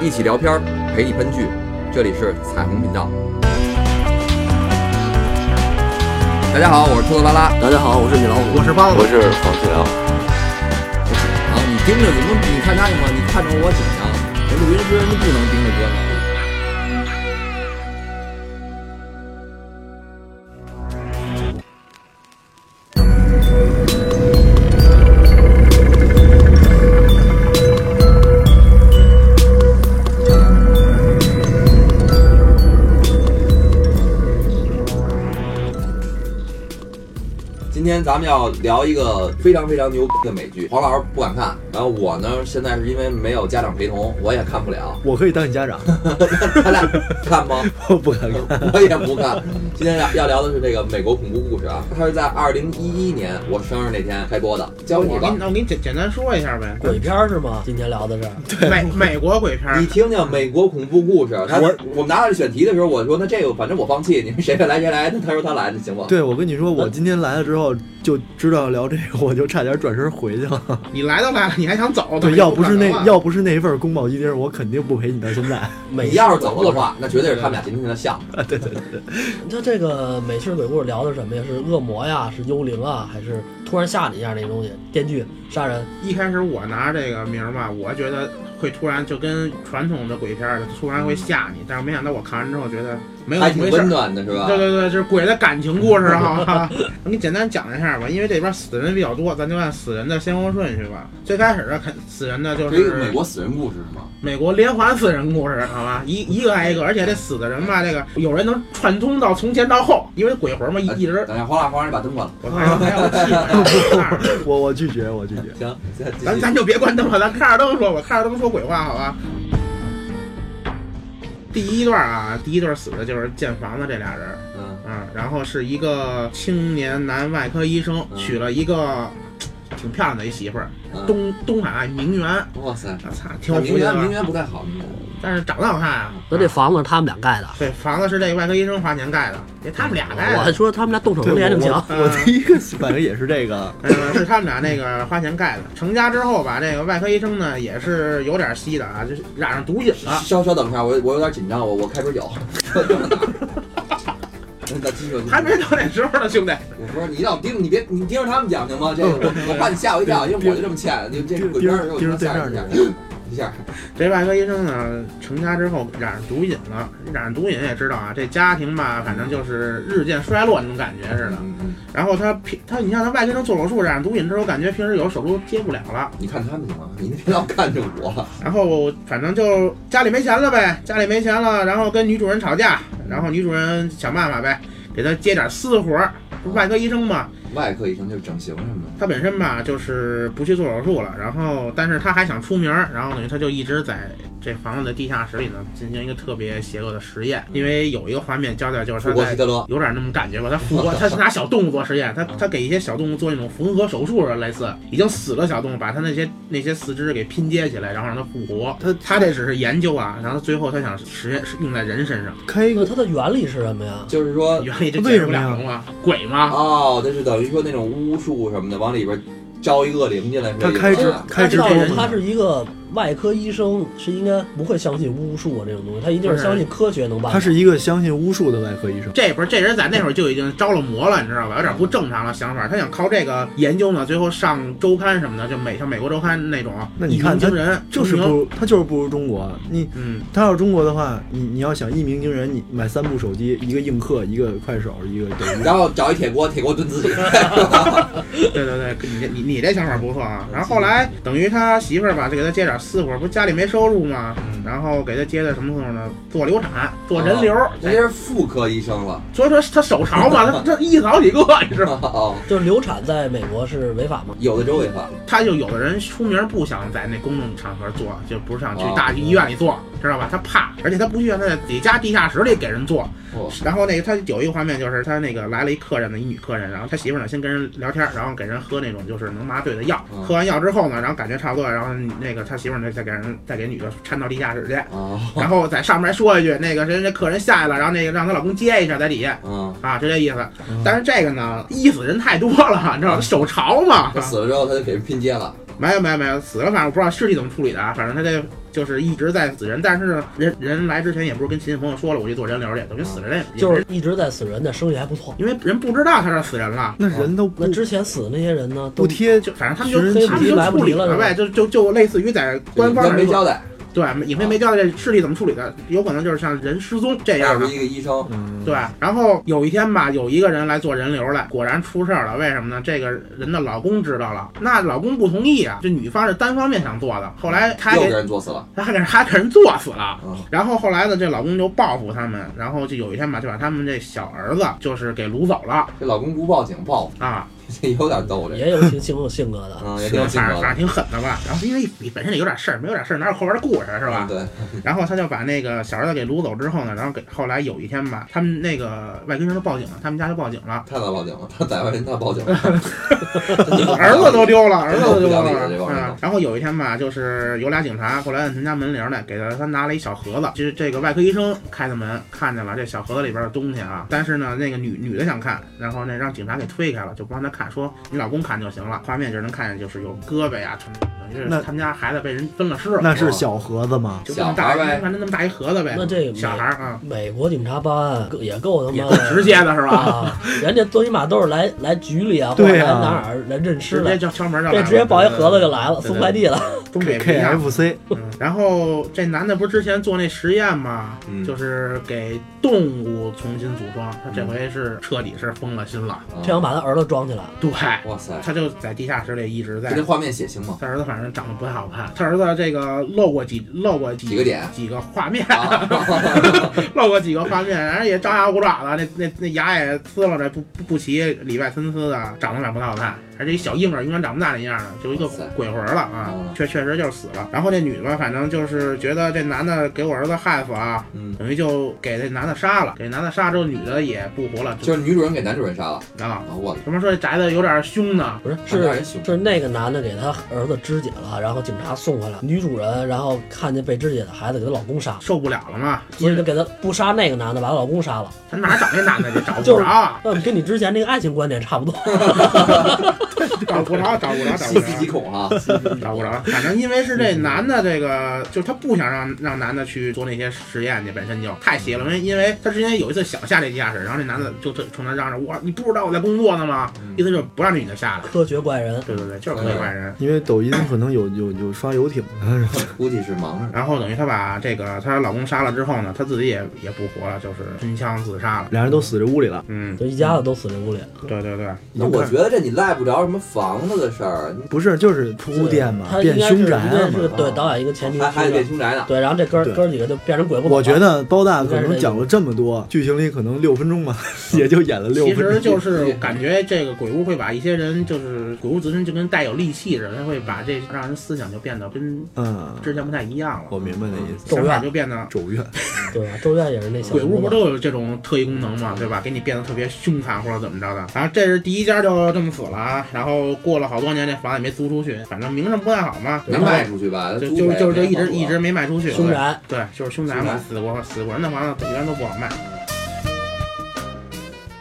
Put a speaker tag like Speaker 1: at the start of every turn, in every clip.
Speaker 1: 一起聊片儿，陪你喷剧。这里是彩虹频道。大家好，我是兔子拉拉。
Speaker 2: 大家好，我是米老虎，
Speaker 3: 我是包
Speaker 4: 我
Speaker 3: 子，
Speaker 4: 是黄四良，
Speaker 1: 啊，你盯着怎么？你看他干嘛？你看着我紧张。我录音师为什么不能盯着哥呢？今天咱们要聊一个非常非常牛逼的美剧，黄老师不敢看，然后我呢，现在是因为没有家长陪同，我也看不了。
Speaker 2: 我可以当你家长，
Speaker 1: 咱俩看吗？
Speaker 2: 我 不敢看。
Speaker 1: 我也不看。今天要要聊的是这个美国恐怖故事啊，它是在二零一一年我生日那天开播的。交给你
Speaker 3: 我给
Speaker 1: 吧
Speaker 3: 你，，我给你简简单说一下呗。
Speaker 5: 鬼片儿是吗？今天聊的是，
Speaker 3: 美美国鬼片儿
Speaker 1: 你，听听美国恐怖故事。他
Speaker 2: 我
Speaker 1: 我们拿到这选题的时候，我说那这个反正我放弃，你们谁来谁来。他说他来，那 行吗？
Speaker 2: 对，我跟你说，我今天来了之后就知道要聊这个，我就差点转身回去 了。
Speaker 3: 你来都来了，你还想走？
Speaker 2: 对，
Speaker 3: 你
Speaker 2: 要不是那
Speaker 3: 可能啊
Speaker 2: 要不是那份宫保鸡丁，我肯定不陪你到现在。
Speaker 5: 美
Speaker 1: 你
Speaker 5: 式
Speaker 1: 要是走了的话，那绝对是他们俩今天的项目。
Speaker 2: 对对对对，
Speaker 5: 鬼故事，它这个美式鬼故事聊的是什么呀？是恶魔呀，是幽灵啊，还是突然吓你一下那东西？电锯杀人，
Speaker 3: 一开始我拿这个名儿吧，我觉得会突然就跟传统的鬼片儿突然会吓你，但是没想到我看完之后觉得没有
Speaker 1: 还
Speaker 3: 那么
Speaker 1: 挺
Speaker 3: 回事
Speaker 1: 温
Speaker 3: 儿。
Speaker 1: 暖的是吧？
Speaker 3: 对对对，这是鬼的感情故事，好 吧？我给你简单讲一下吧，因为这边死人比较多，咱就按死人的先后顺序吧。最开始的肯死人的就
Speaker 1: 这个美
Speaker 3: 是
Speaker 1: 国死人故事是吗？
Speaker 3: 美国连环死人故事，好吧，一一个挨一个，而且这死的人吧，这个有人能串通到从前到后，因为鬼魂嘛一
Speaker 5: 哎
Speaker 3: 一直
Speaker 1: 哎等一下，哗啦哗啦，你把灯关了。
Speaker 3: 我看着还有气 氛，啊
Speaker 2: 我我拒绝，我拒绝。
Speaker 1: 行，再继续
Speaker 3: 咱咱就别关灯了，咱看着灯说，我看着灯说鬼话，好吧？第一段啊，第一段死的就是建房的这俩人，
Speaker 1: 嗯，
Speaker 3: 啊，然后是一个青年男外科医生
Speaker 1: 嗯
Speaker 3: 娶了一个挺漂亮的一媳妇儿，
Speaker 1: 嗯
Speaker 3: 东东海岸名媛，
Speaker 1: 哇塞，
Speaker 3: 我操，挺有
Speaker 1: 名
Speaker 3: 福气
Speaker 1: 媛嗯名
Speaker 3: 的，
Speaker 1: 媛不太好，名媛
Speaker 3: 但是长得好看啊。
Speaker 5: 那这房子是他们俩盖的。
Speaker 3: 对，房子是这个外科医生花钱盖的，也他们俩
Speaker 1: 嗯
Speaker 3: 盖
Speaker 5: 我还
Speaker 3: 的，
Speaker 5: 说他们俩动手
Speaker 2: 哎对，
Speaker 5: 能连这么强
Speaker 2: 我，我我第一个反应也是这个。
Speaker 3: 嗯，是他们俩那个花钱盖的。成家之后吧，这个外科医生呢也是有点稀的啊，就是染上毒瘾了。
Speaker 1: 稍稍等一下，我我有点紧张，我我开瓶酒。 那继续，
Speaker 3: 还没到那时候呢，兄弟。
Speaker 1: 我说你老盯着，你别你盯着他们讲行吗？这个 我我怕你吓我一跳，因为我就这么欠，你这鬼片儿我他吓一下一下。
Speaker 3: 这外科医生呢，成家之后染上毒瘾了，染上毒瘾也知道啊，这家庭吧，反正就是日渐衰落那种感觉似的。
Speaker 1: 嗯，
Speaker 3: 然后他平他，你像他外科医生做手术染上毒瘾之后，感觉平时有手术接不了了。
Speaker 1: 你看他们行吗？你别老看着我。
Speaker 3: 然后反正就家里没钱了呗，家里没钱了，然后跟女主人吵架，然后女主人想办法呗，给他接点私活儿。外科医生嘛，
Speaker 1: 外科医生就是整形什么
Speaker 3: 他本身吧就是不去做手术了，然后但是他还想出名儿，然后等于他就一直在这房子的地下室里呢进行一个特别邪恶的实验，因为有一个画面交代就是
Speaker 1: 的，复
Speaker 3: 他
Speaker 1: 活希
Speaker 3: 在
Speaker 1: 特勒。
Speaker 3: 有点那么感觉吧，他复活，他是拿小动物做实验，他他给一些小动物做那种缝合手术类似，已经死了小动物，把他那些那些四肢给拼接起来，然后让它复活。
Speaker 2: 他
Speaker 3: 他这只是研究啊，然后最后他想实验是用在人身上，
Speaker 2: 开一
Speaker 5: 那
Speaker 2: 个，
Speaker 5: 它的原理是什么呀？
Speaker 1: 就是说，
Speaker 3: 原理就解释不了了吗？鬼吗？
Speaker 1: 哦，那是等于说那种巫术什么的，往里边招一啊恶灵进来是吧。
Speaker 2: 他开支
Speaker 5: 他
Speaker 2: 开支
Speaker 5: 道
Speaker 2: 多
Speaker 3: 这
Speaker 5: 他
Speaker 2: 吗？
Speaker 5: 是一个外科医生，是应该不会相信巫术啊这种东西，他一定是相信科学能办。
Speaker 2: 他是一个相信巫术的外科医生。
Speaker 3: 这不是这人在那会儿就已经着了魔了，你知道吧？有点不正常的想法，他想靠这个研究呢，最后上周刊什么的，就美像美国周刊那种，
Speaker 2: 那你看
Speaker 3: 一鸣惊人，
Speaker 2: 就是
Speaker 3: 成名
Speaker 2: 不如他就是不如中国。你
Speaker 3: 嗯，
Speaker 2: 他要是中国的话，你你要想一鸣惊人，你买三部手机，一个映客，一个快手，一个抖音。
Speaker 1: 然后找一铁锅，铁锅炖自 己。
Speaker 3: 对对对，你这你你这想法不错啊。然后后来等于他媳妇儿吧，就给他接点私活，不家里没收入吗？
Speaker 2: 嗯
Speaker 3: 然后给他接的什么活呢？做流产，做
Speaker 2: 哦
Speaker 3: 人流。哎
Speaker 1: 人家是妇科医生了，
Speaker 3: 所以说他手潮 嘛，他他一次好几个，你知道吗？
Speaker 1: 哦，
Speaker 5: 就是流产在美国是违法吗？
Speaker 1: 有的州也犯，
Speaker 3: 他就有的人出名不想在那公众场合做，就不想去大医院里做，知道吧？他怕，而且他不愿他在自己家地下室里给人做。
Speaker 1: 哦
Speaker 3: 然后那个他有一个画面就是他那个来了一客人的一女客人，然后他媳妇儿呢先跟人聊天，然后给人喝那种就是能麻醉的药，
Speaker 1: 嗯
Speaker 3: 喝完药之后呢，然后感觉差不多，然后那个他媳妇儿呢再给人再给女的搀到地下室去，
Speaker 1: 哦，
Speaker 3: 然后在上面说一句那个谁那客人下来了，然后那个让她老公接一下在底下。
Speaker 1: 嗯，
Speaker 3: 啊，就这意思
Speaker 2: 嗯。
Speaker 3: 但是这个呢，医死人太多了，你知道吗手潮嘛。
Speaker 1: 他死了之后他就给人拼接了，
Speaker 3: 没有没有没有死了，反正我不知道尸体怎么处理的啊，反正他这就是一直在死人，但是呢人人来之前也不是跟亲戚朋友说了我去做人流去，等于死了人也
Speaker 5: 就是一直在死人的生意还不错。
Speaker 3: 因为人不知道他是死人了，
Speaker 2: 那人都
Speaker 5: 那
Speaker 2: 不
Speaker 5: 之前死的那些人呢，都
Speaker 2: 不贴
Speaker 3: 就反正他
Speaker 2: 寻
Speaker 3: 们
Speaker 2: 人
Speaker 3: 就
Speaker 2: 启
Speaker 3: 他们就
Speaker 5: 事来不
Speaker 3: 处理
Speaker 5: 及了
Speaker 3: 了
Speaker 5: 是吧
Speaker 3: 呗，就就就类似于在
Speaker 1: 对
Speaker 3: 官方
Speaker 1: 人没
Speaker 3: 来说
Speaker 1: 交代，
Speaker 3: 对影片没交代这尸体怎么处理的，有可能就是像人失踪这
Speaker 1: 要
Speaker 3: 样的啊
Speaker 5: 哎
Speaker 1: 是。一个医生，
Speaker 2: 嗯，
Speaker 5: 啊
Speaker 3: 对，然后有一天吧，有一个人来做人流来，果然出事儿了。为什么呢？这个人的老公知道了，那老公不同意啊，这女方是单方面想做的。后来他
Speaker 1: 又给
Speaker 3: 给
Speaker 1: 人作死了。
Speaker 3: 他给他给人做死了。
Speaker 1: 啊，
Speaker 3: 然后后来呢，这老公就报复他们，然后就有一天吧，就把他们这小儿子就是给掳走了
Speaker 1: 这老公不报警报 复，
Speaker 3: 啊，
Speaker 1: 这有点逗这，
Speaker 5: 也有挺挺有性格 的。
Speaker 1: 嗯，也
Speaker 3: 是
Speaker 1: 挺有性
Speaker 3: 反正
Speaker 1: 格
Speaker 3: 反
Speaker 1: 的，
Speaker 3: 正挺狠的吧。然后因为你本身也有点事儿，没有点事儿哪有后边的故事是吧
Speaker 1: 嗯？对，
Speaker 3: 然后他就把那个小儿子给掳走之后呢，然后给后来有一天吧，他们那个外星人都报警了，他们家就报警了。
Speaker 1: 太早报警了，他逮完人他报 警了，
Speaker 3: 儿子都丢了，儿
Speaker 1: 真
Speaker 3: 子
Speaker 1: 的不
Speaker 3: 都丢
Speaker 1: 讲理这
Speaker 3: 了
Speaker 1: 帮人
Speaker 3: 啊！然后有一天吧，就是有俩警察过来按他家门铃呢，给他他拿了一小盒子，就是这个外科医生开的门，看见了这小盒子里边的东西啊。但是呢，那个女女的想看，然后呢让警察给推开了，就不让他看，说你老公看就行了。画面就能看见，就是有胳膊呀、等于是
Speaker 2: 那
Speaker 3: 他们家孩子被人分了尸了，
Speaker 2: 那是小盒子吗？
Speaker 3: 就这么大
Speaker 1: 小孩呗
Speaker 3: 反正那么大一盒子
Speaker 2: 哎
Speaker 3: 呗。
Speaker 5: 那这
Speaker 3: 小孩儿啊，
Speaker 5: 美国警察办案也够他
Speaker 3: 也
Speaker 5: 妈
Speaker 3: 够直接的是 吧？
Speaker 5: 啊！人家最起码都是来来局里啊，或者
Speaker 2: 对
Speaker 5: 来
Speaker 2: 啊
Speaker 5: 哪儿来认尸
Speaker 3: 直
Speaker 5: 的
Speaker 3: 接，就敲门就来
Speaker 5: 这
Speaker 3: 了，
Speaker 5: 直接抱一盒子就来了，
Speaker 3: 对
Speaker 5: 送快递了。
Speaker 3: 东 北不一样
Speaker 2: KFC
Speaker 3: 嗯， 然后这男的不是之前做那实验吗？
Speaker 1: 嗯
Speaker 3: 就是给动物重新组装，他这回是彻底是疯了心了。
Speaker 5: 这想把他儿子装起来，
Speaker 3: 对，
Speaker 1: 嗯哇塞，
Speaker 3: 他就在地下室里一直在
Speaker 1: 这。画面血腥吗？
Speaker 3: 他儿子反正长得不太好看，他儿子这个漏过几漏过几
Speaker 1: 几个点
Speaker 3: 几个画面，
Speaker 1: 啊，
Speaker 3: 漏过几个画面，然后也张牙舞爪的，那那那牙也呲了着不不不齐，里外参差的，长得反正不太好看，而且一小硬儿永远长不大那样的，就一个
Speaker 1: 哇塞
Speaker 3: 鬼魂了啊
Speaker 1: 嗯，
Speaker 3: 确确实就是死了。然后这女的吧，反正就是觉得这男的给我儿子害死啊，
Speaker 1: 嗯，
Speaker 3: 等于就给这男的杀了，给男的杀之后，女的也不活了，
Speaker 1: 就是女主人给男主人杀了，
Speaker 3: 啊，
Speaker 1: 啊，我
Speaker 3: 什么说这宅子有点凶呢？
Speaker 5: 不是
Speaker 1: 他们家
Speaker 5: 是
Speaker 1: 人凶，
Speaker 5: 是那个男的给他儿子肢解了，然后警察送回来，女主人然后看见被肢解的孩子给她老公杀，
Speaker 3: 受不了了嘛，
Speaker 5: 所以就给他不杀那个男的，把她老公杀了。
Speaker 3: 他哪找那男的去？找不
Speaker 5: 就
Speaker 3: 着
Speaker 5: 是
Speaker 3: 啊，
Speaker 5: 那跟你之前那个爱情观点差不多。
Speaker 3: 找不着，找不着，找
Speaker 1: 细
Speaker 3: 不
Speaker 1: 思
Speaker 3: 着
Speaker 1: 极。恐啊，
Speaker 3: 找不着，反正因为是
Speaker 2: 嗯
Speaker 3: 这男的，这个就是他不想让让男的去做那些实验去，本身就太邪了。因为
Speaker 2: 嗯
Speaker 3: 因为他之前有一次想下这地下室，然后这男的就冲冲他嚷嚷：“我你不知道我在工作呢吗？”
Speaker 2: 嗯
Speaker 3: 意思就是不让这女的下来。
Speaker 5: 科学怪人，
Speaker 3: 对对对，就是科学怪人。
Speaker 2: 因为抖音可能有有有刷游艇的，
Speaker 1: 估计是 忙着，
Speaker 3: 然后等于她把这个她老公杀了之后呢，她自己也也不活了，就是吞枪自杀了。
Speaker 2: 俩人都死这屋里了。
Speaker 3: 嗯，
Speaker 5: 就一家子都死这屋里。
Speaker 3: 对对对，
Speaker 1: 那我觉得这你赖不着什么房子的事儿，
Speaker 2: 不是就是铺垫嘛，
Speaker 5: 他应
Speaker 2: 变
Speaker 5: 该是
Speaker 2: 凶
Speaker 5: 一
Speaker 2: 宅啊
Speaker 5: 定
Speaker 2: 嘛
Speaker 5: 是。对导演一个前提
Speaker 1: 还还
Speaker 5: 是
Speaker 1: 得变凶宅呢，
Speaker 5: 对，然后这哥儿
Speaker 2: 对
Speaker 5: 哥儿几个就变成鬼不走了。
Speaker 2: 我觉得包大可能讲了这么多，剧情里可能六分钟吧，也就演了六
Speaker 3: 其
Speaker 2: 分钟。
Speaker 3: 实就是感觉这个鬼屋会把一些人，就是鬼屋自身就跟带有戾气似的，他会把这让人思想就变得跟
Speaker 2: 嗯，
Speaker 3: 之前不太一样了，
Speaker 2: 我明白那意思。
Speaker 5: 咒
Speaker 3: 想法
Speaker 5: 怨
Speaker 3: 就变
Speaker 1: 嗯
Speaker 3: 得
Speaker 2: 咒怨，
Speaker 5: 对吧？咒怨也是那小
Speaker 3: 鬼屋不
Speaker 5: 嘛
Speaker 3: 都有这种特异功能嘛，对吧？给你变得特别凶残或者怎么着的。然后这是第一家就这么死了啊，然后过了好多年，这房也没租出去，反正名声不太好嘛。
Speaker 1: 能
Speaker 3: 然后
Speaker 1: 卖出去吧？
Speaker 3: 就
Speaker 1: 租
Speaker 3: 就
Speaker 1: 呗
Speaker 3: 就是就一
Speaker 1: 没
Speaker 3: 直
Speaker 1: 房
Speaker 3: 一直没卖出去。
Speaker 5: 凶宅，
Speaker 3: 对，就是凶宅
Speaker 1: 凶宅
Speaker 3: 嘛，死过死过人的房子一般都不好卖。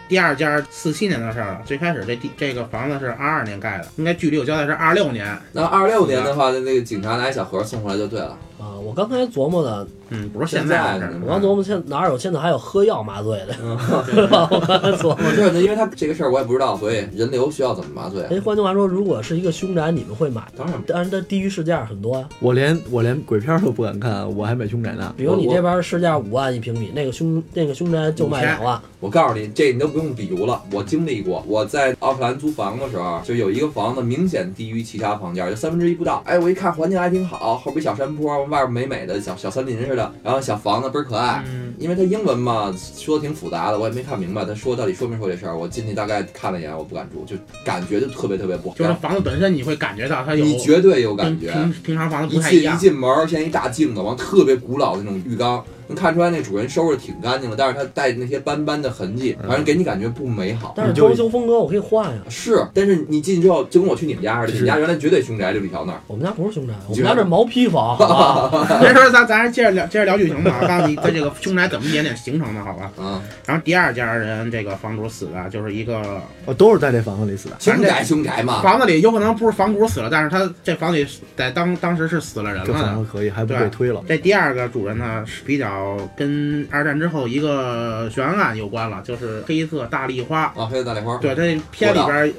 Speaker 3: 第二家四七年的事儿了，最开始这地这个房子是二二年盖的，应该距离有交代是二六年。
Speaker 1: 那二六年的话，那那个警察拿一小盒送过来就对了。
Speaker 5: 啊！我刚才琢磨的，
Speaker 3: 嗯，不是
Speaker 1: 现
Speaker 3: 现
Speaker 1: 在
Speaker 3: 的事儿。
Speaker 5: 我刚琢磨现在哪有现在还有喝药麻醉的，
Speaker 1: 嗯，
Speaker 5: 是吧？我刚才琢
Speaker 1: 不
Speaker 5: 磨。
Speaker 1: 是，因为他这个事儿我也不知道，所以人流需要怎么麻醉啊？
Speaker 5: 哎，换句话说，如果是一个凶宅，你们会买？
Speaker 1: 当然不，
Speaker 5: 但是它地狱市价很多呀、
Speaker 2: 我连我连鬼片都不敢看，我还买凶宅呢。
Speaker 5: 比如你
Speaker 1: 我我
Speaker 5: 这边市价五万一平米，那个凶那个凶宅就卖
Speaker 3: 五
Speaker 5: 啊
Speaker 3: 千
Speaker 5: 两万，
Speaker 1: 我告诉你，这你都不用比如了，我经历过。我在奥克兰租房的时候，就有一个房子明显低于其他房价，就三分之一不到。哎，我一看环境还挺好，后边小山坡，外边美美的小小森林似的，然后小房子倍儿可爱。
Speaker 3: 嗯，
Speaker 1: 因为他英文嘛，说的挺复杂的，我也没看明白他说到底说没说这事儿。我进去大概看了一眼，我不敢住，就感觉就特别特别不好。
Speaker 3: 就是那房子本身你会感觉到它有
Speaker 1: 你绝对有感
Speaker 3: 跟
Speaker 1: 觉，
Speaker 3: 平平常房子
Speaker 1: 一
Speaker 3: 不太
Speaker 1: 进
Speaker 3: 一
Speaker 1: 一
Speaker 3: 样。
Speaker 1: 进门儿，先一大镜子，完特别古老的那种浴缸，能看出来那主人收拾挺干净的，但是他带着那些斑斑的痕迹，
Speaker 3: 嗯
Speaker 1: 反正给你感觉不美好。
Speaker 5: 但是
Speaker 2: 你就
Speaker 5: 装修风格我可以换啊呀。
Speaker 1: 是，但是你进去之后，就跟我去你们家似的，
Speaker 2: 是
Speaker 1: 你们家原来绝对凶宅就李条那儿。
Speaker 5: 我们家不是凶宅，我
Speaker 1: 居
Speaker 5: 们
Speaker 1: 然
Speaker 5: 家这毛坯房，啊好吧？
Speaker 3: 没事儿，咱咱还是接着聊，接着聊剧情吧。我告诉你，他这个凶宅怎么一点点形成的，好吧？
Speaker 1: 啊，
Speaker 3: 然后第二家人这个房主死的，就是一个
Speaker 2: 哦，都是在这房子里死的。
Speaker 1: 凶宅凶宅嘛，
Speaker 3: 房子里有可能不是房主死了，但是他这房里在当当时是死了人
Speaker 2: 这
Speaker 3: 了的
Speaker 2: 房。子可以，还不被推了。
Speaker 3: 这第二个主人呢，是比较跟二战之后一个悬案有关了，就是黑色大丽花。
Speaker 1: 啊，还有大莲花，
Speaker 3: 对，这片里边儿，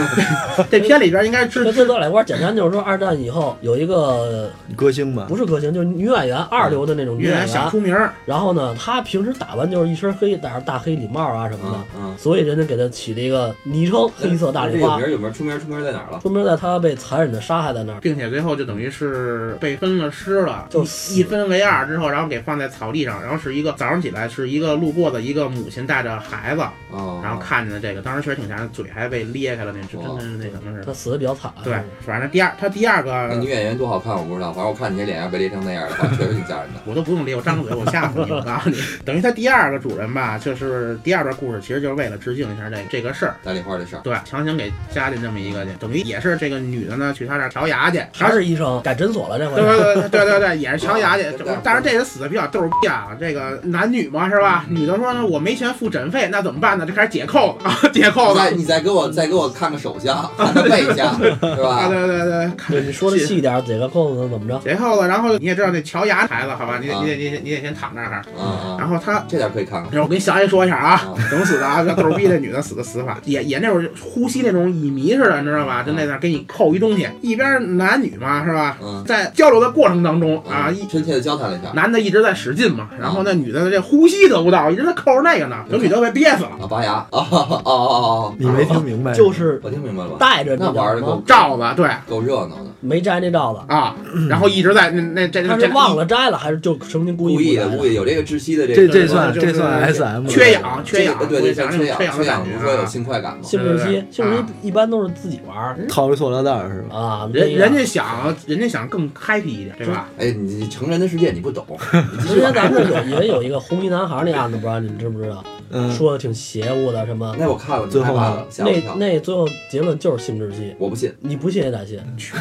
Speaker 3: 这片里边儿应该是
Speaker 5: 这这段里边简单就是说，二战以后有一个
Speaker 2: 歌星嘛
Speaker 5: 不，是歌星，就是女演员，二流的那种女
Speaker 3: 原来
Speaker 5: 演
Speaker 3: 想
Speaker 5: 员。
Speaker 3: 出名儿，
Speaker 5: 然后呢，她平时打扮就是一身黑，戴着大黑礼帽啊什么
Speaker 1: 啊
Speaker 5: 的，
Speaker 1: 啊，
Speaker 5: 所以人家给她起了一个昵称“黑色大
Speaker 1: 这
Speaker 5: 丽
Speaker 1: 有
Speaker 5: 花
Speaker 1: 名”，儿有名儿，出名儿出名儿在哪儿了？
Speaker 5: 说明在她被残忍的杀害在那儿。
Speaker 3: 并且最后就等于是被分了尸了，
Speaker 5: 就
Speaker 3: 一
Speaker 5: 死
Speaker 3: 一分为二之后，然后给放在草地上，然后是一个早上起来是一个路过的一个母亲带着孩子，
Speaker 1: 啊，
Speaker 3: 然后看见了这个，当时确实挺吓人，嘴还被裂开了，那是
Speaker 1: 哇
Speaker 3: 真的是那什么似的。
Speaker 5: 她死的比较惨。啊
Speaker 3: 对，反正第二他第二
Speaker 1: 那
Speaker 3: 个
Speaker 1: 女演员多好看我不知道，反正我看你这脸要被啊裂成那样的话，确实挺吓人的。
Speaker 3: 我都不用裂，我张嘴我吓死你！我告诉你，等于他第二个主人吧，就是第二段故事，其实就是为了致敬一下这这个事儿。
Speaker 1: 大丽花的事儿，
Speaker 3: 对，强行给加进这么一个去，等于也是这个女的呢去他这儿调牙去，
Speaker 5: 还是医生改诊所了这回
Speaker 3: 对。对对对对啊对，也是乔牙去。但是这人死的比较逗逼啊，这个男女嘛是吧？女的说呢，我没钱付诊费，那怎么办呢？就开始解扣了， 啊解扣
Speaker 1: 你
Speaker 3: 了
Speaker 1: 再。你再给我再给我看个手相，看个背相，是 吧？
Speaker 3: 啊，对对对，
Speaker 5: 对你说的细一点，解个扣子怎么着？
Speaker 3: 解扣了。然后你也知道那乔牙孩子，好吧？你得你得你得你得先躺那儿。
Speaker 1: 啊啊，
Speaker 3: 然后他
Speaker 1: 这点可以看看。
Speaker 3: 然后我跟详细说一下啊
Speaker 1: 啊，
Speaker 3: 怎么死的啊？这逗逼这女的死的死法，也也那种呼吸那种乙醚似的，你知道吧？就那那给你扣一东西，一边男女嘛是吧？
Speaker 1: 嗯
Speaker 3: 在交流的过程当中啊，一
Speaker 1: 深切的交谈了一下，
Speaker 3: 男的一直在使劲嘛，然后那女的这呼吸得不到，一直在扣着那个呢，有女的被憋死了，
Speaker 1: 啊，拔牙啊，哦哦哦
Speaker 2: 你没听明白？
Speaker 5: 就是
Speaker 1: 我听明白了吧？
Speaker 5: 带着你
Speaker 1: 那
Speaker 5: 叫
Speaker 1: 玩
Speaker 5: 什
Speaker 1: 的够
Speaker 5: 么？
Speaker 3: 罩子对
Speaker 1: 够热闹的，
Speaker 5: 没摘那罩子，
Speaker 3: 啊，然后一直在那那这
Speaker 5: 他
Speaker 3: 这
Speaker 5: 是
Speaker 3: 这
Speaker 5: 忘了摘了，还是就曾经故
Speaker 1: 故意
Speaker 5: 意
Speaker 1: 的
Speaker 5: 不摘
Speaker 1: 故意有这个窒息的这
Speaker 2: 这
Speaker 1: 个
Speaker 2: 这算
Speaker 3: 就是
Speaker 2: 这算
Speaker 3: 就是
Speaker 2: S M
Speaker 3: 缺氧缺
Speaker 1: 这
Speaker 3: 氧，
Speaker 1: 个对对，像缺
Speaker 3: 缺
Speaker 1: 氧缺氧，
Speaker 3: 的
Speaker 1: 不
Speaker 3: 感
Speaker 1: 是
Speaker 3: 觉
Speaker 1: 说有
Speaker 3: 啊。
Speaker 1: 性快感吗？
Speaker 5: 兴奋
Speaker 3: 对
Speaker 5: 期
Speaker 3: 对，啊对
Speaker 5: 兴奋期一般都是自己玩儿
Speaker 2: 套一塑料袋儿是吧？
Speaker 5: 啊，
Speaker 3: 人人
Speaker 5: 家
Speaker 3: 家想人家想更 happy 一点，对吧？
Speaker 1: 哎，你你成人的世界你不 懂，你继
Speaker 5: 之
Speaker 1: 续
Speaker 5: 前
Speaker 1: 往下
Speaker 5: 咱们有也有一个红衣男孩那案子，不知道你们知不知道？
Speaker 2: 嗯，
Speaker 5: 说的挺邪乎的，什么
Speaker 1: 那我看了，你
Speaker 2: 最后
Speaker 1: 害怕
Speaker 2: 呢
Speaker 1: 了，吓我一
Speaker 5: 那
Speaker 1: 跳。
Speaker 5: 那最后结论就是性窒息，
Speaker 1: 我不信，
Speaker 5: 你不信也得信。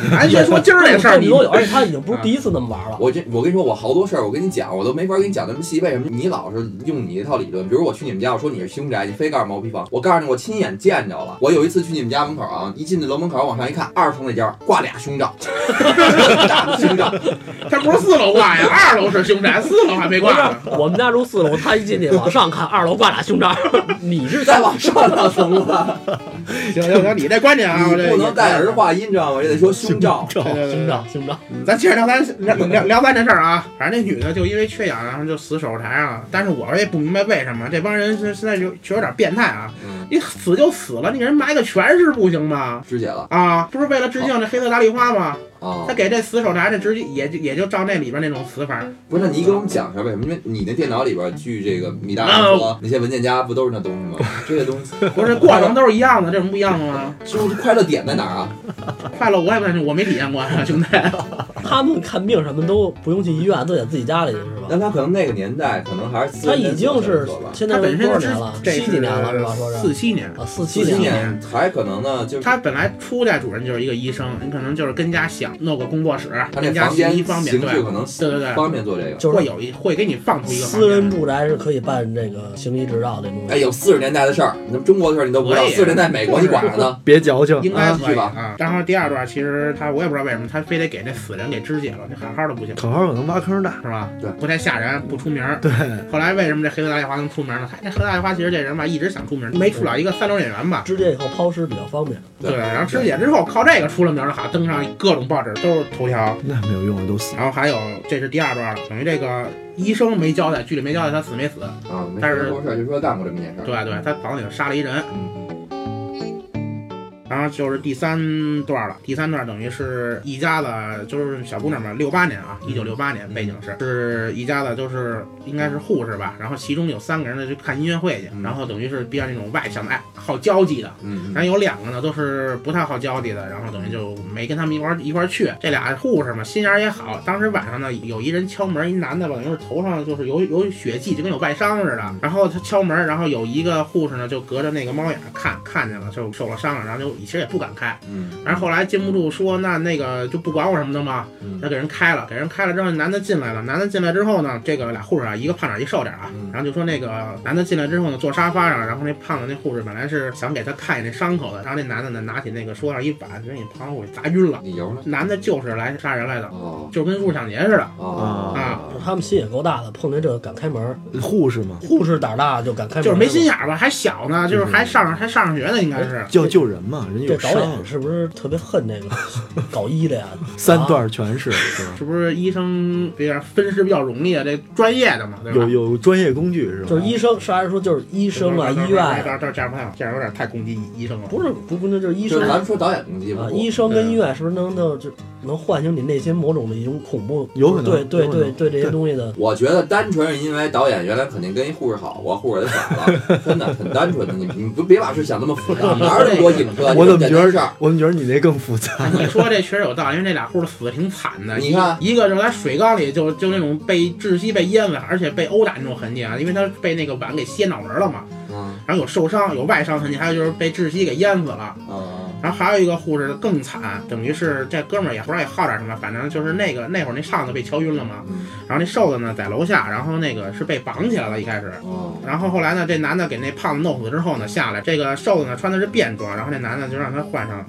Speaker 3: 咱先说今儿这事儿，
Speaker 5: 你
Speaker 3: 你啊
Speaker 5: 都有，而且他已经不是第一次那么玩了。
Speaker 1: 我这我跟你说，我好多事儿，我跟你讲，我都没法跟你讲那么细。为什么你老是用你一套理论？比如我去你们家，我说你是凶宅，你非告诉毛坯房。我告诉你，我亲眼见着了。我有一次去你们家门口啊，一进那楼门口往上一看，二层那间儿挂俩胸罩， 大胸罩，
Speaker 3: 他不是四楼挂呀，二楼是凶宅，四楼还没挂呢。
Speaker 5: 我们家住四楼，他一进去往上看，二楼挂俩胸罩， 你是
Speaker 1: 再往上两层了。
Speaker 3: 行行行，你这观点啊，我
Speaker 1: 你
Speaker 3: 这
Speaker 1: 不能带儿化音，知道吗？也得说胸 罩。
Speaker 2: 罩
Speaker 3: 对对对
Speaker 5: 胸
Speaker 3: 对
Speaker 5: 罩胸罩，
Speaker 3: 咱接着聊咱聊聊聊咱这事儿啊，反正那女的就因为缺氧，然后就死手术台上了。但是我也不明白为什么这帮人是现在就就有点变态啊！
Speaker 1: 嗯，
Speaker 3: 你死就死了，你给人埋个全尸不行吗？
Speaker 1: 肢解了
Speaker 3: 啊，不是为了致敬这黑色大丽花吗？
Speaker 1: 啊
Speaker 3: 他！给这死手台这直接也就也就照那里边那种死法。
Speaker 1: 不是，那你给我们讲一下为什么？因为你那电脑里边，据这个米大
Speaker 3: 啊
Speaker 1: 人说，那些文件夹不都是那东西吗？ 这些东西
Speaker 3: 不是过程都是一样的，这种不一样的吗？
Speaker 1: 是不是快乐点在哪儿啊？
Speaker 3: 快乐我也不太清楚，我没体验过 啊，兄弟。
Speaker 5: 他们看病什么都不用去医院，都得自己家里去是吧？
Speaker 1: 那他可能那个年代可能还是私
Speaker 5: 他
Speaker 1: 人
Speaker 5: 已经是
Speaker 1: 诊所吧
Speaker 5: 现在
Speaker 3: 他本
Speaker 5: 是多少
Speaker 3: 身是
Speaker 5: 年了？
Speaker 3: 这
Speaker 5: 七几年了是吧？说
Speaker 3: 四
Speaker 5: 是
Speaker 3: 七年。
Speaker 5: 啊，四七
Speaker 1: 四七
Speaker 5: 年了。
Speaker 1: 年还可能呢，就是
Speaker 3: 他本来初代主人就是一个医生，你可能就是跟家想弄个工作室，
Speaker 1: 他这
Speaker 3: 跟家
Speaker 1: 房
Speaker 3: 洗
Speaker 1: 间
Speaker 3: 衣方便，
Speaker 1: 形
Speaker 3: 对
Speaker 1: 式可能
Speaker 3: 对对对，
Speaker 1: 方便做这个。
Speaker 5: 就是
Speaker 3: 会有一会给你放出一个房
Speaker 5: 私
Speaker 3: 间
Speaker 5: 人住宅是可以办这个行医执照这东西。
Speaker 1: 哎，有四十年代的事儿，你们中国的事儿你都不知道，
Speaker 3: 可以
Speaker 1: 四十年代美国你管着呢？
Speaker 2: 别矫情
Speaker 3: 应该
Speaker 2: 啊！
Speaker 3: 可
Speaker 1: 啊
Speaker 3: 以
Speaker 1: 是吧
Speaker 3: 啊。然后第二段其实他我也不知道为什么他非得给这死人给肢解了，这好好的不行
Speaker 2: 口号可能挖坑大，
Speaker 3: 是吧？
Speaker 1: 对
Speaker 3: 不太吓人，不出名。
Speaker 2: 对，
Speaker 3: 后来为什么这黑色大丽花能出名呢？他这黑色大丽花其实这人吧一直想出名，没出了一个三流演员吧。
Speaker 5: 直接以后抛尸比较方便。
Speaker 1: 对
Speaker 3: 对，然后肢解之后靠这个出了名了，好登上各种报纸都是头条。
Speaker 2: 那没有用的都死。
Speaker 3: 然后还有这是第二段了，等于这个医生没交代，剧里没交代他死没死。
Speaker 1: 啊，没
Speaker 3: 但
Speaker 1: 什
Speaker 3: 是
Speaker 1: 么多事儿，就说干过这么件事儿。
Speaker 3: 对对，他房里头杀了一人，然后就是第三段了，第三段等于是一家子，就是小姑娘嘛，六八年啊，一九六八年背景是是一家子，就是应该是护士吧，然后其中有三个人呢去看音乐会去，然后等于是比较那种外向的，爱好交际的，
Speaker 1: 嗯，
Speaker 3: 然后有两个呢都是不太好交际的，然后等于就没跟他们一块儿一块儿去。这俩护士嘛，心眼儿也好。当时晚上呢，有一人敲门，一男的吧，等于是头上就是有有血迹，就跟有外伤似的。然后他敲门，然后有一个护士呢就隔着那个猫眼儿看看见了，就受了伤了，然后就其实也不敢开。
Speaker 1: 嗯，
Speaker 3: 然后后来禁不住说，那那个就不管我什么的嘛，
Speaker 1: 嗯
Speaker 3: 他给人开了，给人开了之后，男的进来了，男的进来之后呢，这个俩护士啊，一个胖点儿一瘦点儿啊
Speaker 1: 嗯，
Speaker 3: 然后就说那个男的进来之后呢，坐沙发上，然后那胖的那护士本来是想给他看一眼那伤口的，然后那男的呢拿起那个桌上一板，给你胖护士砸晕了，
Speaker 1: 理由呢？
Speaker 3: 男的就是来杀人来的，
Speaker 1: 哦
Speaker 3: 就跟入抢劫似的。
Speaker 1: 啊
Speaker 5: 他们心也够大的，碰见这个敢开门，
Speaker 2: 护士嘛，
Speaker 5: 护士胆儿大就敢开门，
Speaker 3: 就是没心眼儿吧，还小呢，就是还上还上上学呢，应该是。
Speaker 2: 叫救人嘛，人家
Speaker 5: 这
Speaker 2: 有
Speaker 5: 导
Speaker 2: 伤
Speaker 5: 演，是不是特别恨那个搞医的呀？
Speaker 2: 三段全是，是吧？
Speaker 3: 是不是医生比较分尸比较容易啊？这专业的 嘛，对吧？
Speaker 2: 有有专业工具是吧？
Speaker 5: 就是医生，实话实说就是医生啊，医院
Speaker 3: 这
Speaker 5: 啊，
Speaker 3: 这这样不太好，这样有点太攻击医生了。
Speaker 5: 不是不不那就是医
Speaker 1: 就是
Speaker 5: 生
Speaker 1: 咱
Speaker 5: 啊
Speaker 1: 们，说导演攻击吧，
Speaker 5: 医生跟医院是不是能就就能唤醒你内心某种的一种恐怖？
Speaker 2: 有可能
Speaker 5: 对对
Speaker 2: 有可能
Speaker 5: 对对这些东西的
Speaker 1: 我觉得单纯是因为导演原来肯定跟一护士好过，护士给甩了，真的很单纯的。你你不别把事想那么复杂，哪有那么多影射？
Speaker 2: 我怎么
Speaker 1: 这种
Speaker 2: 觉
Speaker 1: 简单事
Speaker 2: 得
Speaker 1: 儿？
Speaker 2: 我怎么觉得你那更复杂？
Speaker 5: 啊
Speaker 3: 你说这确实有道理，因为这俩护士死的挺惨的。
Speaker 1: 你看
Speaker 3: 一，一个就是在水缸里就就那种被窒息、被淹死，而且被殴打那种痕迹啊，因为他被那个碗给掀脑门了嘛。
Speaker 1: 嗯
Speaker 3: 然后有受伤、有外伤痕迹，还有就是被窒息给淹死了。
Speaker 1: 嗯
Speaker 3: 然后还有一个护士更惨，等于是这哥们儿也不知道也好点什么，反正就是那个那会儿那胖子被敲晕了嘛，
Speaker 1: 嗯
Speaker 3: 然后那瘦子呢在楼下，然后那个是被绑起来了，一 开始。
Speaker 1: 哦
Speaker 3: 然后后来呢，这男的给那胖子弄死之后呢，下来，这个瘦子呢穿的是便装，然后那男的就让他换上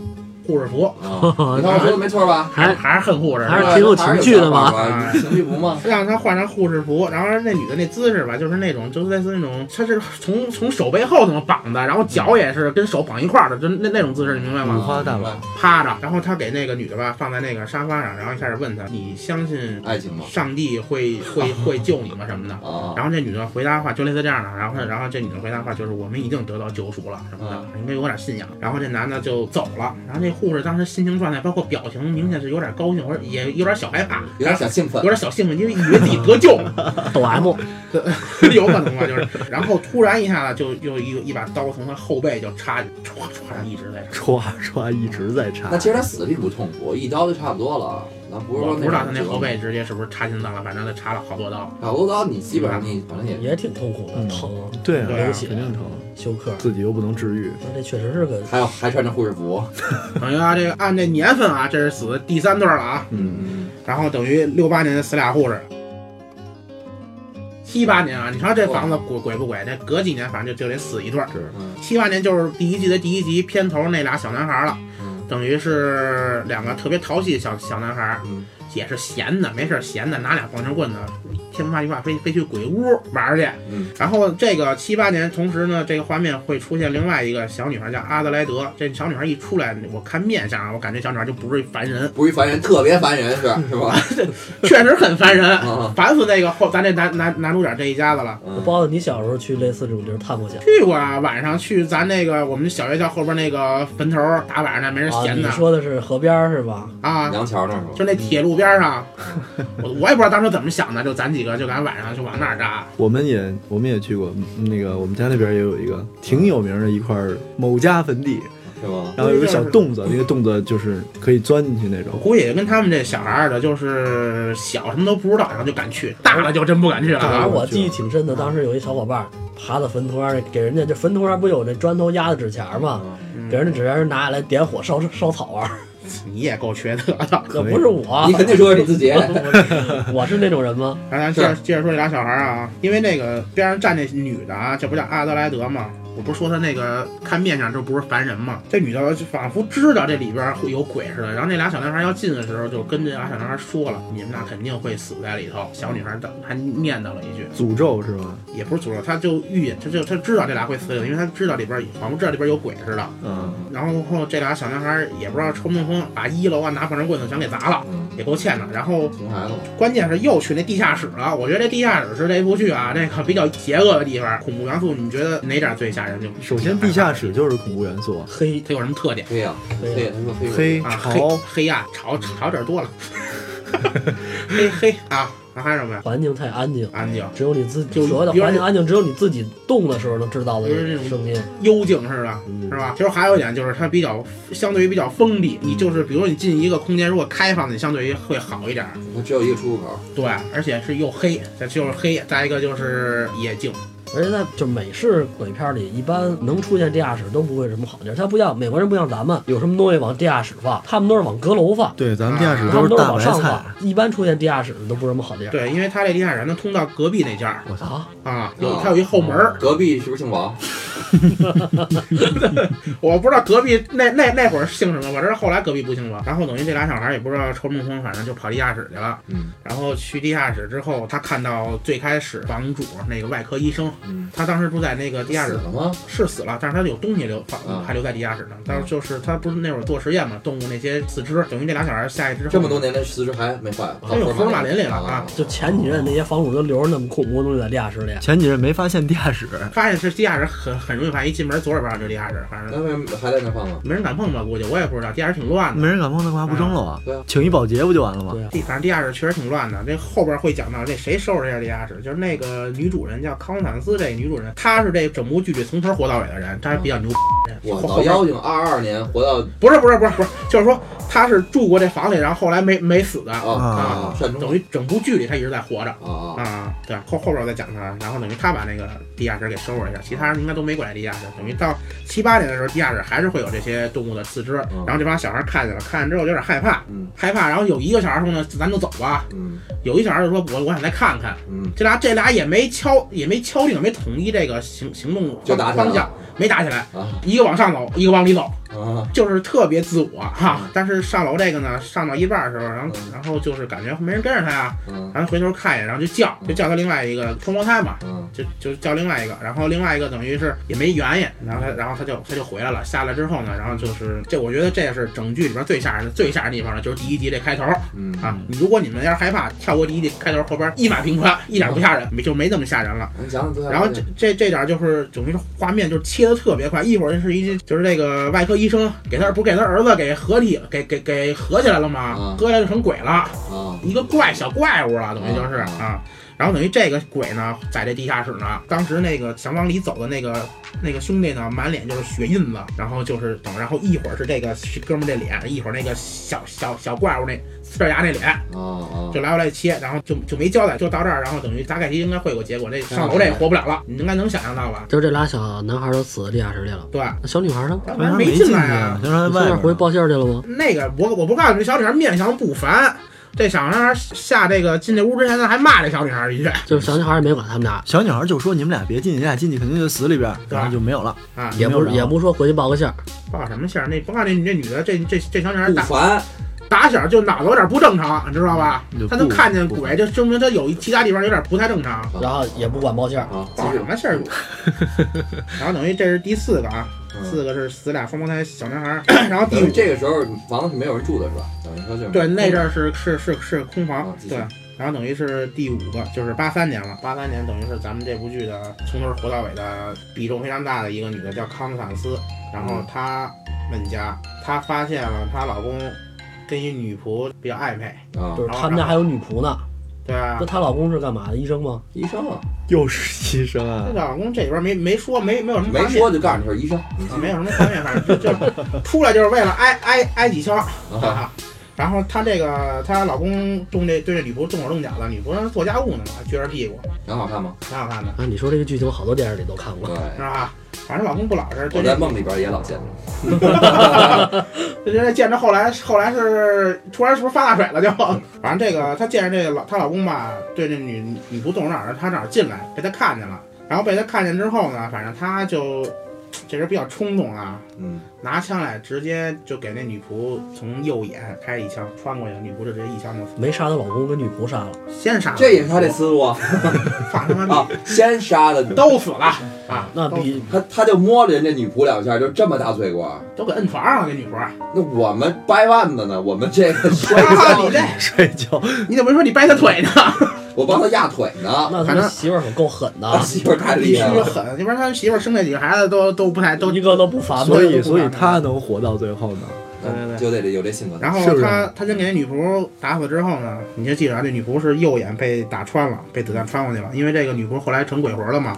Speaker 3: 护士服，
Speaker 1: 哦，你看我说的没错吧？
Speaker 3: 还还是恨护士，
Speaker 5: 还
Speaker 3: 是
Speaker 5: 是
Speaker 3: 吧
Speaker 5: 挺有情趣的嘛
Speaker 1: 还是有想法吧情趣不嘛？
Speaker 3: 让他换上护士服，然后那女的那姿势吧，就是那种就是类似那种，她是从从手背后怎么绑的，然后脚也是跟手绑一块儿的，就那那种姿势，你明白
Speaker 2: 五
Speaker 3: 吗？
Speaker 2: 花大绑
Speaker 1: 明白
Speaker 3: 趴着，嗯然后他给那个女的吧放在那个沙发上，然后一开始问她，你相信
Speaker 1: 爱情嘛
Speaker 3: 上帝会会会救你吗什么的？
Speaker 1: 啊，嗯
Speaker 3: 然后这女的回答话就类似这样的，然后然后这女的回答话就是我们已经得到救赎了什么的，应该有点信仰。然后这男的就走了，然后这护士当时心情状态包括表情明显是有点高兴，或者也有点小害怕，
Speaker 1: 有点小兴奋
Speaker 3: 有，点小兴奋，因为以为自己得救 了。
Speaker 5: 抖 M，
Speaker 3: 有可能吧，就是，然后突然一下子就就一一把刀从他后背就插进去，唰唰一直在插。
Speaker 2: 唰唰一直在插
Speaker 1: 那，其实他死并不痛苦，一刀就差不多了。咱不是
Speaker 3: 我
Speaker 1: 说
Speaker 3: 不知道他那后背直接是不是插心脏了，反正他插了好 多刀。
Speaker 1: 打多刀，你基本上你反正也
Speaker 5: 也挺痛苦的，
Speaker 2: 嗯
Speaker 5: 疼
Speaker 2: 对啊，
Speaker 3: 对啊
Speaker 2: 肯定疼，
Speaker 5: 休克。
Speaker 2: 自己又不能治愈，
Speaker 5: 那这确实是个
Speaker 1: 还有还穿着护士服，
Speaker 3: 等于啊，这个按这年份啊，这是死的第三段了啊。
Speaker 1: 嗯，
Speaker 3: 然后等于六八年死俩护士，七八年啊，你瞧这房子鬼鬼不鬼？这隔几年反正就就得死一对儿。
Speaker 2: 是
Speaker 1: 嗯
Speaker 3: 七八年就是第一季的第一集片头那俩小男孩了，
Speaker 1: 嗯
Speaker 3: 等于是两个特别淘气的小小男孩，
Speaker 1: 嗯
Speaker 3: 也是闲的，没事儿闲的，拿俩棒球棍子，天不怕地不怕，非非去鬼屋玩儿去。
Speaker 1: 嗯
Speaker 3: 然后这个七八年，同时呢，这个画面会出现另外一个小女孩叫阿德莱德。这小女孩一出来，我看面相啊，我感觉小女孩就不是一凡人，
Speaker 1: 不是一烦人，特别烦人是是吧？
Speaker 3: 确实很烦人，
Speaker 1: 啊，
Speaker 3: 烦死那个后咱这男男男主角这一家子了。
Speaker 1: 嗯
Speaker 5: 包子，你小时候去类似这种地儿探过险？
Speaker 3: 去过啊，晚上去咱那个我们小学校后边那个坟头儿，大晚上的没人
Speaker 5: 啊，
Speaker 3: 闲
Speaker 5: 你
Speaker 3: 的
Speaker 5: 说嗯的是河边儿是吧？
Speaker 3: 啊，
Speaker 1: 梁桥那儿是吧？
Speaker 3: 就那铁路边儿上，我我也不知道当时怎么想的，就咱几个就赶晚上就往那儿扎。
Speaker 2: 我们也我们也去过，嗯那个我们家那边也有一个挺有名的一块儿某家坟地，
Speaker 1: 是吗？
Speaker 2: 然后有一个小洞子，那个洞子就是可以钻进去那种
Speaker 3: 我。估计也跟他们这小孩儿似的，就是小什么都不知道，然后就敢去，大了就真不敢去了
Speaker 5: 反
Speaker 3: 啊
Speaker 5: 正。我记忆挺深的，当时有一小伙伴儿爬到坟头上，给人家这坟头上不有那砖头压的纸钱儿吗？
Speaker 2: 嗯
Speaker 5: 给人的纸钱儿拿下来点火烧烧草玩儿，
Speaker 3: 你也够缺德的。
Speaker 5: 那
Speaker 2: 可以
Speaker 5: 不是我
Speaker 1: 你，肯定说是你自己，
Speaker 5: 我是那种人吗？
Speaker 3: 然后咱接着接着说这俩小孩儿啊，因为那个边上站那女的啊，这不叫阿德莱德吗？我不是说她那个看面相这不是凡人吗？这女的就仿佛知道这里边会有鬼似的。然后那俩小男孩要进的时候，就跟这俩小男孩说了：“你们俩肯定会死在里头。”小女孩儿还念叨了一句，
Speaker 2: 诅咒是吧？
Speaker 3: 也不是诅咒，她就预言，她就她知道这俩会死，因为她知道里边仿佛知道里边有鬼似的。
Speaker 2: 嗯，
Speaker 3: 然后后这俩小男孩儿也不知道抽不抽风，把一楼啊拿棒球棍子全给砸了，
Speaker 1: 嗯，
Speaker 3: 也够欠的。然后
Speaker 1: 熊孩子嘛，
Speaker 3: 关键是又去那地下室了。我觉得这地下室是这部剧啊，这个比较邪恶的地方，恐怖元素，你觉得哪点最吓人就
Speaker 2: 首先，地下室就是恐怖元素，
Speaker 5: 黑
Speaker 3: 它有什么特点
Speaker 1: 黑呀，黑呀，他说黑
Speaker 2: 黑、潮、
Speaker 3: 啊？黑黑呀，潮潮 点多了，黑黑啊，那还有什么呀？
Speaker 5: 环境太安静，
Speaker 3: 安静，
Speaker 5: 只有你自己
Speaker 3: 就
Speaker 5: 所谓的环境安静，只有你自己动的时候能制造的
Speaker 3: 有点那种
Speaker 5: 声音。
Speaker 3: 幽静似的，
Speaker 2: 嗯
Speaker 3: 是吧？其实还有一点就是它比较相对于比较封闭，你就是比如你进一个空间，如果开放的，相对于会好一点。
Speaker 1: 它只有一个出入口，
Speaker 3: 对，而且是又黑，再就是黑，再一个就是也静，
Speaker 5: 而且在就美式鬼片里，一般能出现地下室都不会什么好地儿。他不像美国人不像咱们，有什么东西往地下室放，他们都是往阁楼放，
Speaker 2: 对，咱们地下室都
Speaker 5: 他
Speaker 2: 是
Speaker 5: 们嗯都是
Speaker 2: 大
Speaker 5: 往
Speaker 2: 白
Speaker 5: 上
Speaker 2: 菜。
Speaker 5: 放。一般出现地下室的都不是什么好地儿。
Speaker 3: 对，因为它这地下室能通到隔壁那家
Speaker 2: 我操，
Speaker 5: 啊，
Speaker 3: 啊，有
Speaker 2: 哦
Speaker 3: 它有一后门儿，
Speaker 1: 隔壁是不是姓王？
Speaker 3: 我不知道隔壁那那那会儿姓什么，我知道后来隔壁不姓王，然后等于这俩小孩也不知道抽中风，反正就跑地下室去了。
Speaker 1: 嗯
Speaker 3: 然后去地下室之后，他看到最开始房主那个外科医生，
Speaker 1: 嗯，
Speaker 3: 他当时住在那个地下
Speaker 1: 死
Speaker 3: 室
Speaker 1: 了吗？
Speaker 3: 是死了，但是他有东西留
Speaker 1: 啊
Speaker 3: 放还留在地下室呢。但是就是他不是那会儿做实验嘛，动物那些四肢，等于这俩小孩下去之后，
Speaker 1: 这么多年来四肢还没坏，
Speaker 3: 真有福
Speaker 1: 福
Speaker 3: 尔
Speaker 1: 尔
Speaker 3: 马
Speaker 1: 马
Speaker 3: 林里了啊
Speaker 1: 啊！
Speaker 5: 就前几任那些房主都留着那么恐怖的东西在地下室里。
Speaker 2: 前几任没发现地下室，
Speaker 3: 发现是地下室很很容易，发现一进门左手边就地下室，反
Speaker 1: 那
Speaker 3: 正
Speaker 1: 为什么还在那放呢？
Speaker 3: 没人敢碰吧，估计我也不知道，地下室挺乱的。
Speaker 2: 没人敢碰的话不蒸了啊
Speaker 1: 对啊？
Speaker 2: 请一保洁不就完了吗？
Speaker 5: 对啊，
Speaker 3: 地反正地下室确实挺乱的，这后边会讲到这谁收拾这下地下室，就是那个女主人叫康斯坦斯，这个女主人她是这整部剧里从头活到尾的人，她是比较牛逼的人。
Speaker 1: 嗯我
Speaker 3: 后
Speaker 1: 老
Speaker 3: 后边
Speaker 1: 妖精二二年活到
Speaker 3: 不是不是不是不是，就是说她是住过这房里，然后后来没没死的，
Speaker 1: 啊
Speaker 2: 啊
Speaker 1: 善终
Speaker 3: 等于整部剧里她一直在活着。
Speaker 1: 啊啊
Speaker 3: 啊，对，后后边我再讲他，然后等于他把那个地下室给收拾一下，其他人应该都没管地下室。等于到七八年的时候，地下室还是会有这些动物的四肢，
Speaker 1: 嗯
Speaker 3: 然后这帮小孩看见了，看见之后有点害怕，
Speaker 1: 嗯
Speaker 3: 害怕，然后有一个小孩说呢，咱就走吧，
Speaker 1: 嗯
Speaker 3: 有一小孩就说我我想再看看，
Speaker 1: 嗯，
Speaker 3: 这俩这俩也没敲也没敲定，没统一这个行行动
Speaker 1: 就打起来了
Speaker 3: 方向，没打起来，
Speaker 1: 啊
Speaker 3: 一个往上走，一个往里走，
Speaker 1: 啊
Speaker 3: 就是特别自我哈
Speaker 1: 嗯。
Speaker 3: 但是上楼这个呢，上到一半的时候，然后
Speaker 1: 嗯
Speaker 3: 然后就是感觉没人跟着他呀、
Speaker 1: 嗯
Speaker 3: 然后回头看一眼，然后就叫，就叫他另外一个双胞胎嘛，
Speaker 1: 嗯
Speaker 3: 就就叫另外一个，然后另外一个等于是也没原因，然后他然后他就他就回来了，下来之后呢，然后就是这，我觉得这也是整剧里边最吓人的最吓人的地方了，就是第一集这开头
Speaker 1: 嗯
Speaker 3: 啊，你如果你们要是害怕，跳过第一集开头后边一马平川，一点不吓人，没就没那么吓人了。
Speaker 1: 你想想多吓人，
Speaker 3: 然后这这这点就是等于是画面就是切的特别快，一会儿就是一就是这个外科医生给他不是给他儿子给合体给给给合起来了吗
Speaker 1: 嗯？
Speaker 3: 合起来就成鬼了。
Speaker 1: 啊
Speaker 3: 一个怪小怪物了，等于就是
Speaker 1: 啊
Speaker 3: 啊。然后等于这个鬼呢，在这地下室呢，当时那个想往里走的那个那个兄弟呢，满脸就是血印子，然后就是等，然后一会儿是这个哥们儿这脸，一会儿那个小小小怪物那呲着牙那脸，
Speaker 1: 啊啊
Speaker 3: 就来回来切，然后就就没交代，就到这儿，然后等于大概应该会有个结果，这上楼这也活不了了，你应该能想象到吧？
Speaker 5: 就这俩小男孩都死在地下室里了，
Speaker 3: 对，
Speaker 5: 那小女孩呢？
Speaker 3: 当
Speaker 2: 为啥
Speaker 3: 然
Speaker 2: 没
Speaker 3: 进
Speaker 2: 去
Speaker 3: 来
Speaker 2: 啊
Speaker 3: 啊，，
Speaker 2: 就让
Speaker 5: 你
Speaker 2: 他
Speaker 5: 在
Speaker 2: 外
Speaker 5: 那
Speaker 2: 面
Speaker 5: 回报信儿去了吗？
Speaker 3: 那个我我不告诉你，这小女孩面相不凡。这小女孩下这个进这屋之前，呢，还骂这小女孩一句，
Speaker 5: 就是小女孩也没管他们俩，
Speaker 2: 小女孩就说：“你们俩别进，你俩进去肯定就死里边儿，
Speaker 3: 对
Speaker 2: 然后就没有了。
Speaker 3: 啊
Speaker 5: 也不也不说回去报个信儿，
Speaker 3: 报什么信儿？那不告诉你，这女的，这这这小女孩
Speaker 1: 不
Speaker 3: 打
Speaker 1: 凡
Speaker 3: 打小就脑子有点不正常，你知道吧
Speaker 2: 嗯就？
Speaker 3: 她能
Speaker 2: 不
Speaker 3: 看见
Speaker 2: 不
Speaker 3: 鬼，就证明她有一其他地方有点不太正常。
Speaker 5: 然后也不管报信儿。
Speaker 1: 啊，继
Speaker 3: 报什
Speaker 1: 续
Speaker 3: 么信儿？然后等于这是第四个啊，
Speaker 1: 嗯
Speaker 3: 四个是死俩双胞胎小男孩儿，然后第
Speaker 1: 等于
Speaker 3: 五
Speaker 1: 这个时候房子是没有人住的是吧？等于说就是
Speaker 3: 对那阵儿是是是是空
Speaker 1: 啊，
Speaker 3: 房
Speaker 1: 继续
Speaker 3: 对。然后等于是第五个，就是八三年了。八三年等于是咱们这部剧的从头活到尾的比重非常大的一个女的，叫康斯坦斯。然后她们家，她发现了她老公跟一女仆比较暧昧，
Speaker 1: 啊
Speaker 5: 就是他们家还有女仆呢，
Speaker 3: 对啊
Speaker 5: 那。她老公是干嘛的？医生吗？
Speaker 1: 医生啊，”
Speaker 2: 又是医生啊
Speaker 3: 她！老公这里边没没说，没没有什么
Speaker 1: 没
Speaker 3: 画面
Speaker 1: 说就告诉你是医生
Speaker 3: 啊没有什么画面，反正就 就出来就是为了挨挨挨几枪。哈
Speaker 1: 啊
Speaker 3: 哈。然后她这个她老公动这对这女仆动手动脚的，女仆让她做家务呢嘛，撅着屁股，
Speaker 1: 挺好看吗？
Speaker 3: 挺好看的，
Speaker 5: 啊，你说这个剧情好多电影里都看
Speaker 1: 对
Speaker 5: 过，，
Speaker 3: 是吧？反正老公不老实，
Speaker 1: 我
Speaker 3: 对
Speaker 1: 在
Speaker 3: 这
Speaker 1: 梦里边也老见着，
Speaker 3: 这这见着后来后来是突然是不是发大水了就？反正这个她见着这个老她老公吧，对这女女仆动手动脚，她正好进来被她看见了，然后被她看见之后呢，反正她就这人比较冲动啊，
Speaker 1: 嗯
Speaker 3: 拿枪来，直接就给那女仆从右眼开一枪穿过去，女仆就直接一枪就
Speaker 5: 没杀她老公，跟女仆杀了。
Speaker 3: 先杀了。
Speaker 1: 这也是他这思路啊，
Speaker 3: 放他妈
Speaker 1: 啊先杀的
Speaker 3: 逼，都死了啊！
Speaker 5: 那
Speaker 3: 都
Speaker 5: 比
Speaker 1: 他他就摸了人家女仆两下，就这么大罪过。啊
Speaker 3: 都给摁床上了，给女仆。
Speaker 1: 那我们掰腕子呢？我们这个摔
Speaker 3: 啊，
Speaker 1: 跤
Speaker 3: 你这
Speaker 2: 睡觉
Speaker 3: 你怎么没说你掰她腿呢？
Speaker 1: 我帮他压腿呢。
Speaker 5: 那他
Speaker 3: 反
Speaker 5: 妈
Speaker 3: 正
Speaker 5: 媳妇儿可够狠的，
Speaker 3: 啊
Speaker 5: 啊
Speaker 1: 他 媳妇儿太
Speaker 3: 必
Speaker 1: 厉
Speaker 3: 须
Speaker 1: 害
Speaker 3: 得
Speaker 1: 了，
Speaker 3: 狠，要不然他媳妇儿生这几个孩子都都不太都
Speaker 5: 一个都不烦吗？
Speaker 2: 所
Speaker 3: 都
Speaker 2: 以
Speaker 3: 不
Speaker 2: 所以
Speaker 3: 敢
Speaker 2: 他能活到最后呢？
Speaker 3: 对对对
Speaker 1: 嗯就得有这性格。
Speaker 3: 然后
Speaker 2: 是不是
Speaker 3: 他他先给那女仆打死之后呢，你就记着啊，这女仆是右眼被打穿了，被子弹穿过去了。因为这个女仆后来成鬼魂了嘛，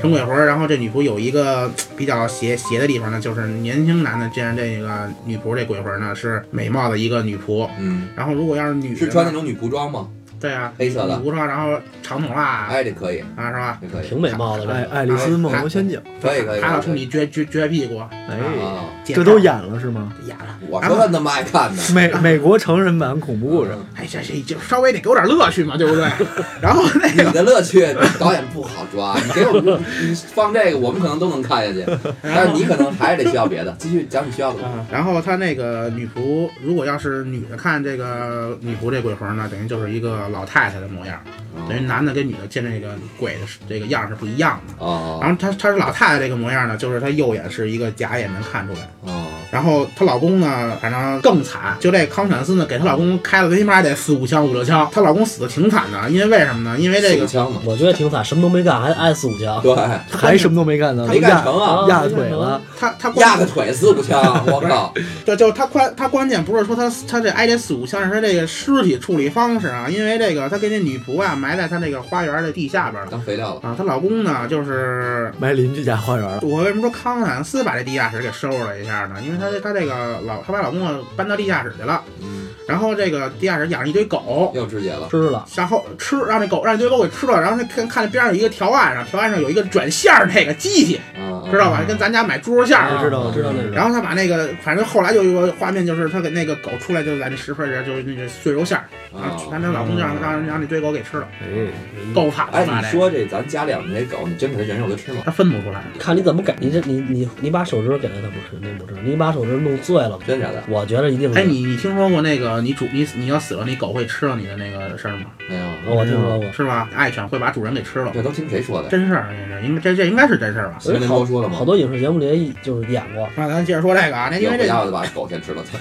Speaker 3: 成鬼魂。然后这女仆有一个比较邪邪的地方呢，就是年轻男的见这个女仆这鬼魂呢是美貌的一个女仆。
Speaker 1: 嗯，
Speaker 3: 然后如果要是女的呢
Speaker 1: 是穿那种女仆装吗？
Speaker 3: 对啊，
Speaker 1: 黑色的
Speaker 3: 女仆装，然后长筒袜、
Speaker 1: 哎，这可以，
Speaker 3: 啊是吧？
Speaker 1: 这可以，
Speaker 5: 挺美貌的，这
Speaker 2: 爱
Speaker 5: 个
Speaker 2: 爱丽丝梦游仙境，
Speaker 1: 可以可以。
Speaker 3: 还要冲
Speaker 1: 可以
Speaker 3: 你撅撅撅屁股，
Speaker 2: 哎，
Speaker 1: 啊！
Speaker 3: 见
Speaker 2: 这都
Speaker 3: 着
Speaker 2: 演了是吗？
Speaker 3: 演了。
Speaker 1: 我说他那么爱看呢，嗯
Speaker 2: 美美国成人版恐怖
Speaker 1: 啊
Speaker 2: 故事，
Speaker 3: 哎，这这就稍微得给我点乐趣嘛，对 不对？然后那
Speaker 1: 你的乐趣导演不好 抓，你给我们你放这个，我们可能都能看下去，但是你可能还是得需要别的。继续讲你需要的吧。
Speaker 3: 然后他那个女仆，如果要是女的看这个女仆这鬼魂呢，等于就是一个老太太的模样，等于
Speaker 1: 嗯
Speaker 3: 男的跟女的见这个鬼的是这个样是不一样的。
Speaker 1: 哦
Speaker 3: 然后她她是老太太这个模样呢，就是她右眼是一个假眼能看出来。
Speaker 1: 哦，
Speaker 3: 然后她老公呢，反正更惨，就这康闪斯呢，给她老公开了最起码得四五枪五六枪，她老公死的挺惨的，因为为什么呢？因为这
Speaker 1: 手
Speaker 3: 个
Speaker 1: 枪嘛，
Speaker 5: 我觉得挺惨，什么都没干，还挨四五枪。
Speaker 1: 对，
Speaker 2: 还什么都没干呢，
Speaker 1: 没干
Speaker 2: 压
Speaker 1: 成啊，
Speaker 2: 压腿了，
Speaker 3: 她她关
Speaker 1: 压个腿四五枪，我靠！
Speaker 3: 对，就是他关他关键不是说他他这挨这四五枪，是他这个尸体处理方式啊，因为这个他跟那女仆啊埋在他那个花园的地下边了
Speaker 1: 当肥料了。
Speaker 3: 啊，她老公呢就是。
Speaker 2: 埋邻居家花园了。
Speaker 3: 我为什么说康坦斯把这地下室给收拾了一下呢？因为他他这个老他把老公啊搬到地下室去了，
Speaker 1: 嗯，
Speaker 3: 然后这个地下室养了一堆狗，
Speaker 1: 又肢解了。
Speaker 5: 知了，
Speaker 3: 然后吃让这狗让这堆狗给吃了，然后他看看见边上有一个条案上，条案上有一个转馅儿那个机器，
Speaker 1: 嗯，
Speaker 3: 知道吧？跟咱家买猪肉馅儿似
Speaker 2: 我
Speaker 3: 的
Speaker 2: 知道，我知
Speaker 5: 知
Speaker 2: 道
Speaker 5: 道
Speaker 2: 那
Speaker 5: 那
Speaker 2: 个。
Speaker 3: 啊
Speaker 5: 个
Speaker 3: 然后他把那个，反正后来就有一个画面，就是他给那个狗出来，就在那石缝里边，就是那个碎肉馅儿，然
Speaker 1: 啊
Speaker 3: 后。她那老公就让让让那堆狗给吃了，
Speaker 2: 哎，
Speaker 3: 够惨
Speaker 1: 哎，
Speaker 3: 的吧
Speaker 1: 你
Speaker 3: 这
Speaker 1: 说
Speaker 3: 个。
Speaker 1: 这咱家里养的这狗，你真给它人肉都吃吗？
Speaker 3: 他分不出来，
Speaker 5: 看你怎么给，你这你你你把手指给了他不是，那不是，你把手指弄碎了，
Speaker 1: 真假的？
Speaker 5: 我觉得一定是。
Speaker 3: 哎，你你听说过那个你主你你要死了，你狗会吃了你的那个事儿吗？
Speaker 1: 没有，
Speaker 5: 我听说过，
Speaker 3: 是吧？爱犬会把主人给吃了，
Speaker 1: 哎这都听谁说的？
Speaker 3: 真事儿，啊这是应该这这应该是真事儿吧？
Speaker 1: 新闻联播说的吗？
Speaker 5: 好多影视节目里就是演过，
Speaker 3: 那咱接着说这个啊，那因
Speaker 1: 要
Speaker 3: 为
Speaker 1: 不
Speaker 3: 这
Speaker 1: 要就把狗先吃了去，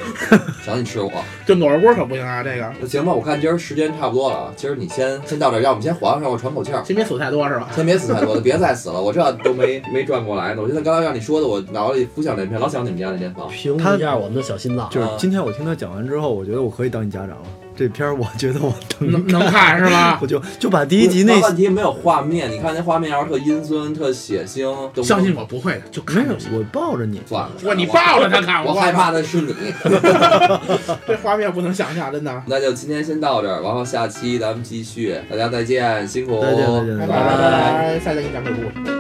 Speaker 1: 想你吃我。
Speaker 3: 炖狗肉锅可不行啊，这个
Speaker 1: 那行吧，我看今儿时间差不多了，啊今儿你先先到这儿，让我们先缓缓，让我喘口气儿。
Speaker 3: 先别死太多是吧？
Speaker 1: 先别死太多了，别再死了，我这都没没转过来呢。我现在刚才让你说的，我脑子里浮想联翩，老想你们家那间房。
Speaker 5: 平复一下我们的小心脏。
Speaker 2: 就是今天我听他讲完之后，我觉得我可以当你家长了。这片儿我觉得我
Speaker 3: 能
Speaker 2: 能，
Speaker 3: 能看是 吧？
Speaker 2: 我就就把第一集那
Speaker 1: 那问题没有画面，你看那画面要是特阴森、特血腥，都
Speaker 3: 相信我不会的，就
Speaker 2: 没
Speaker 3: 看
Speaker 2: 有
Speaker 3: 就行。，
Speaker 2: 我抱着你，
Speaker 1: 算了。
Speaker 3: 我你抱着它看，
Speaker 1: 我害怕的是你。
Speaker 3: 这画面不能想象，真的。
Speaker 1: 那就今天先到这儿，然后下期咱们继续，大家再见，辛苦，
Speaker 2: 再见再见
Speaker 3: 拜
Speaker 2: 拜
Speaker 1: 拜拜
Speaker 3: 拜，下次给你讲鬼故事。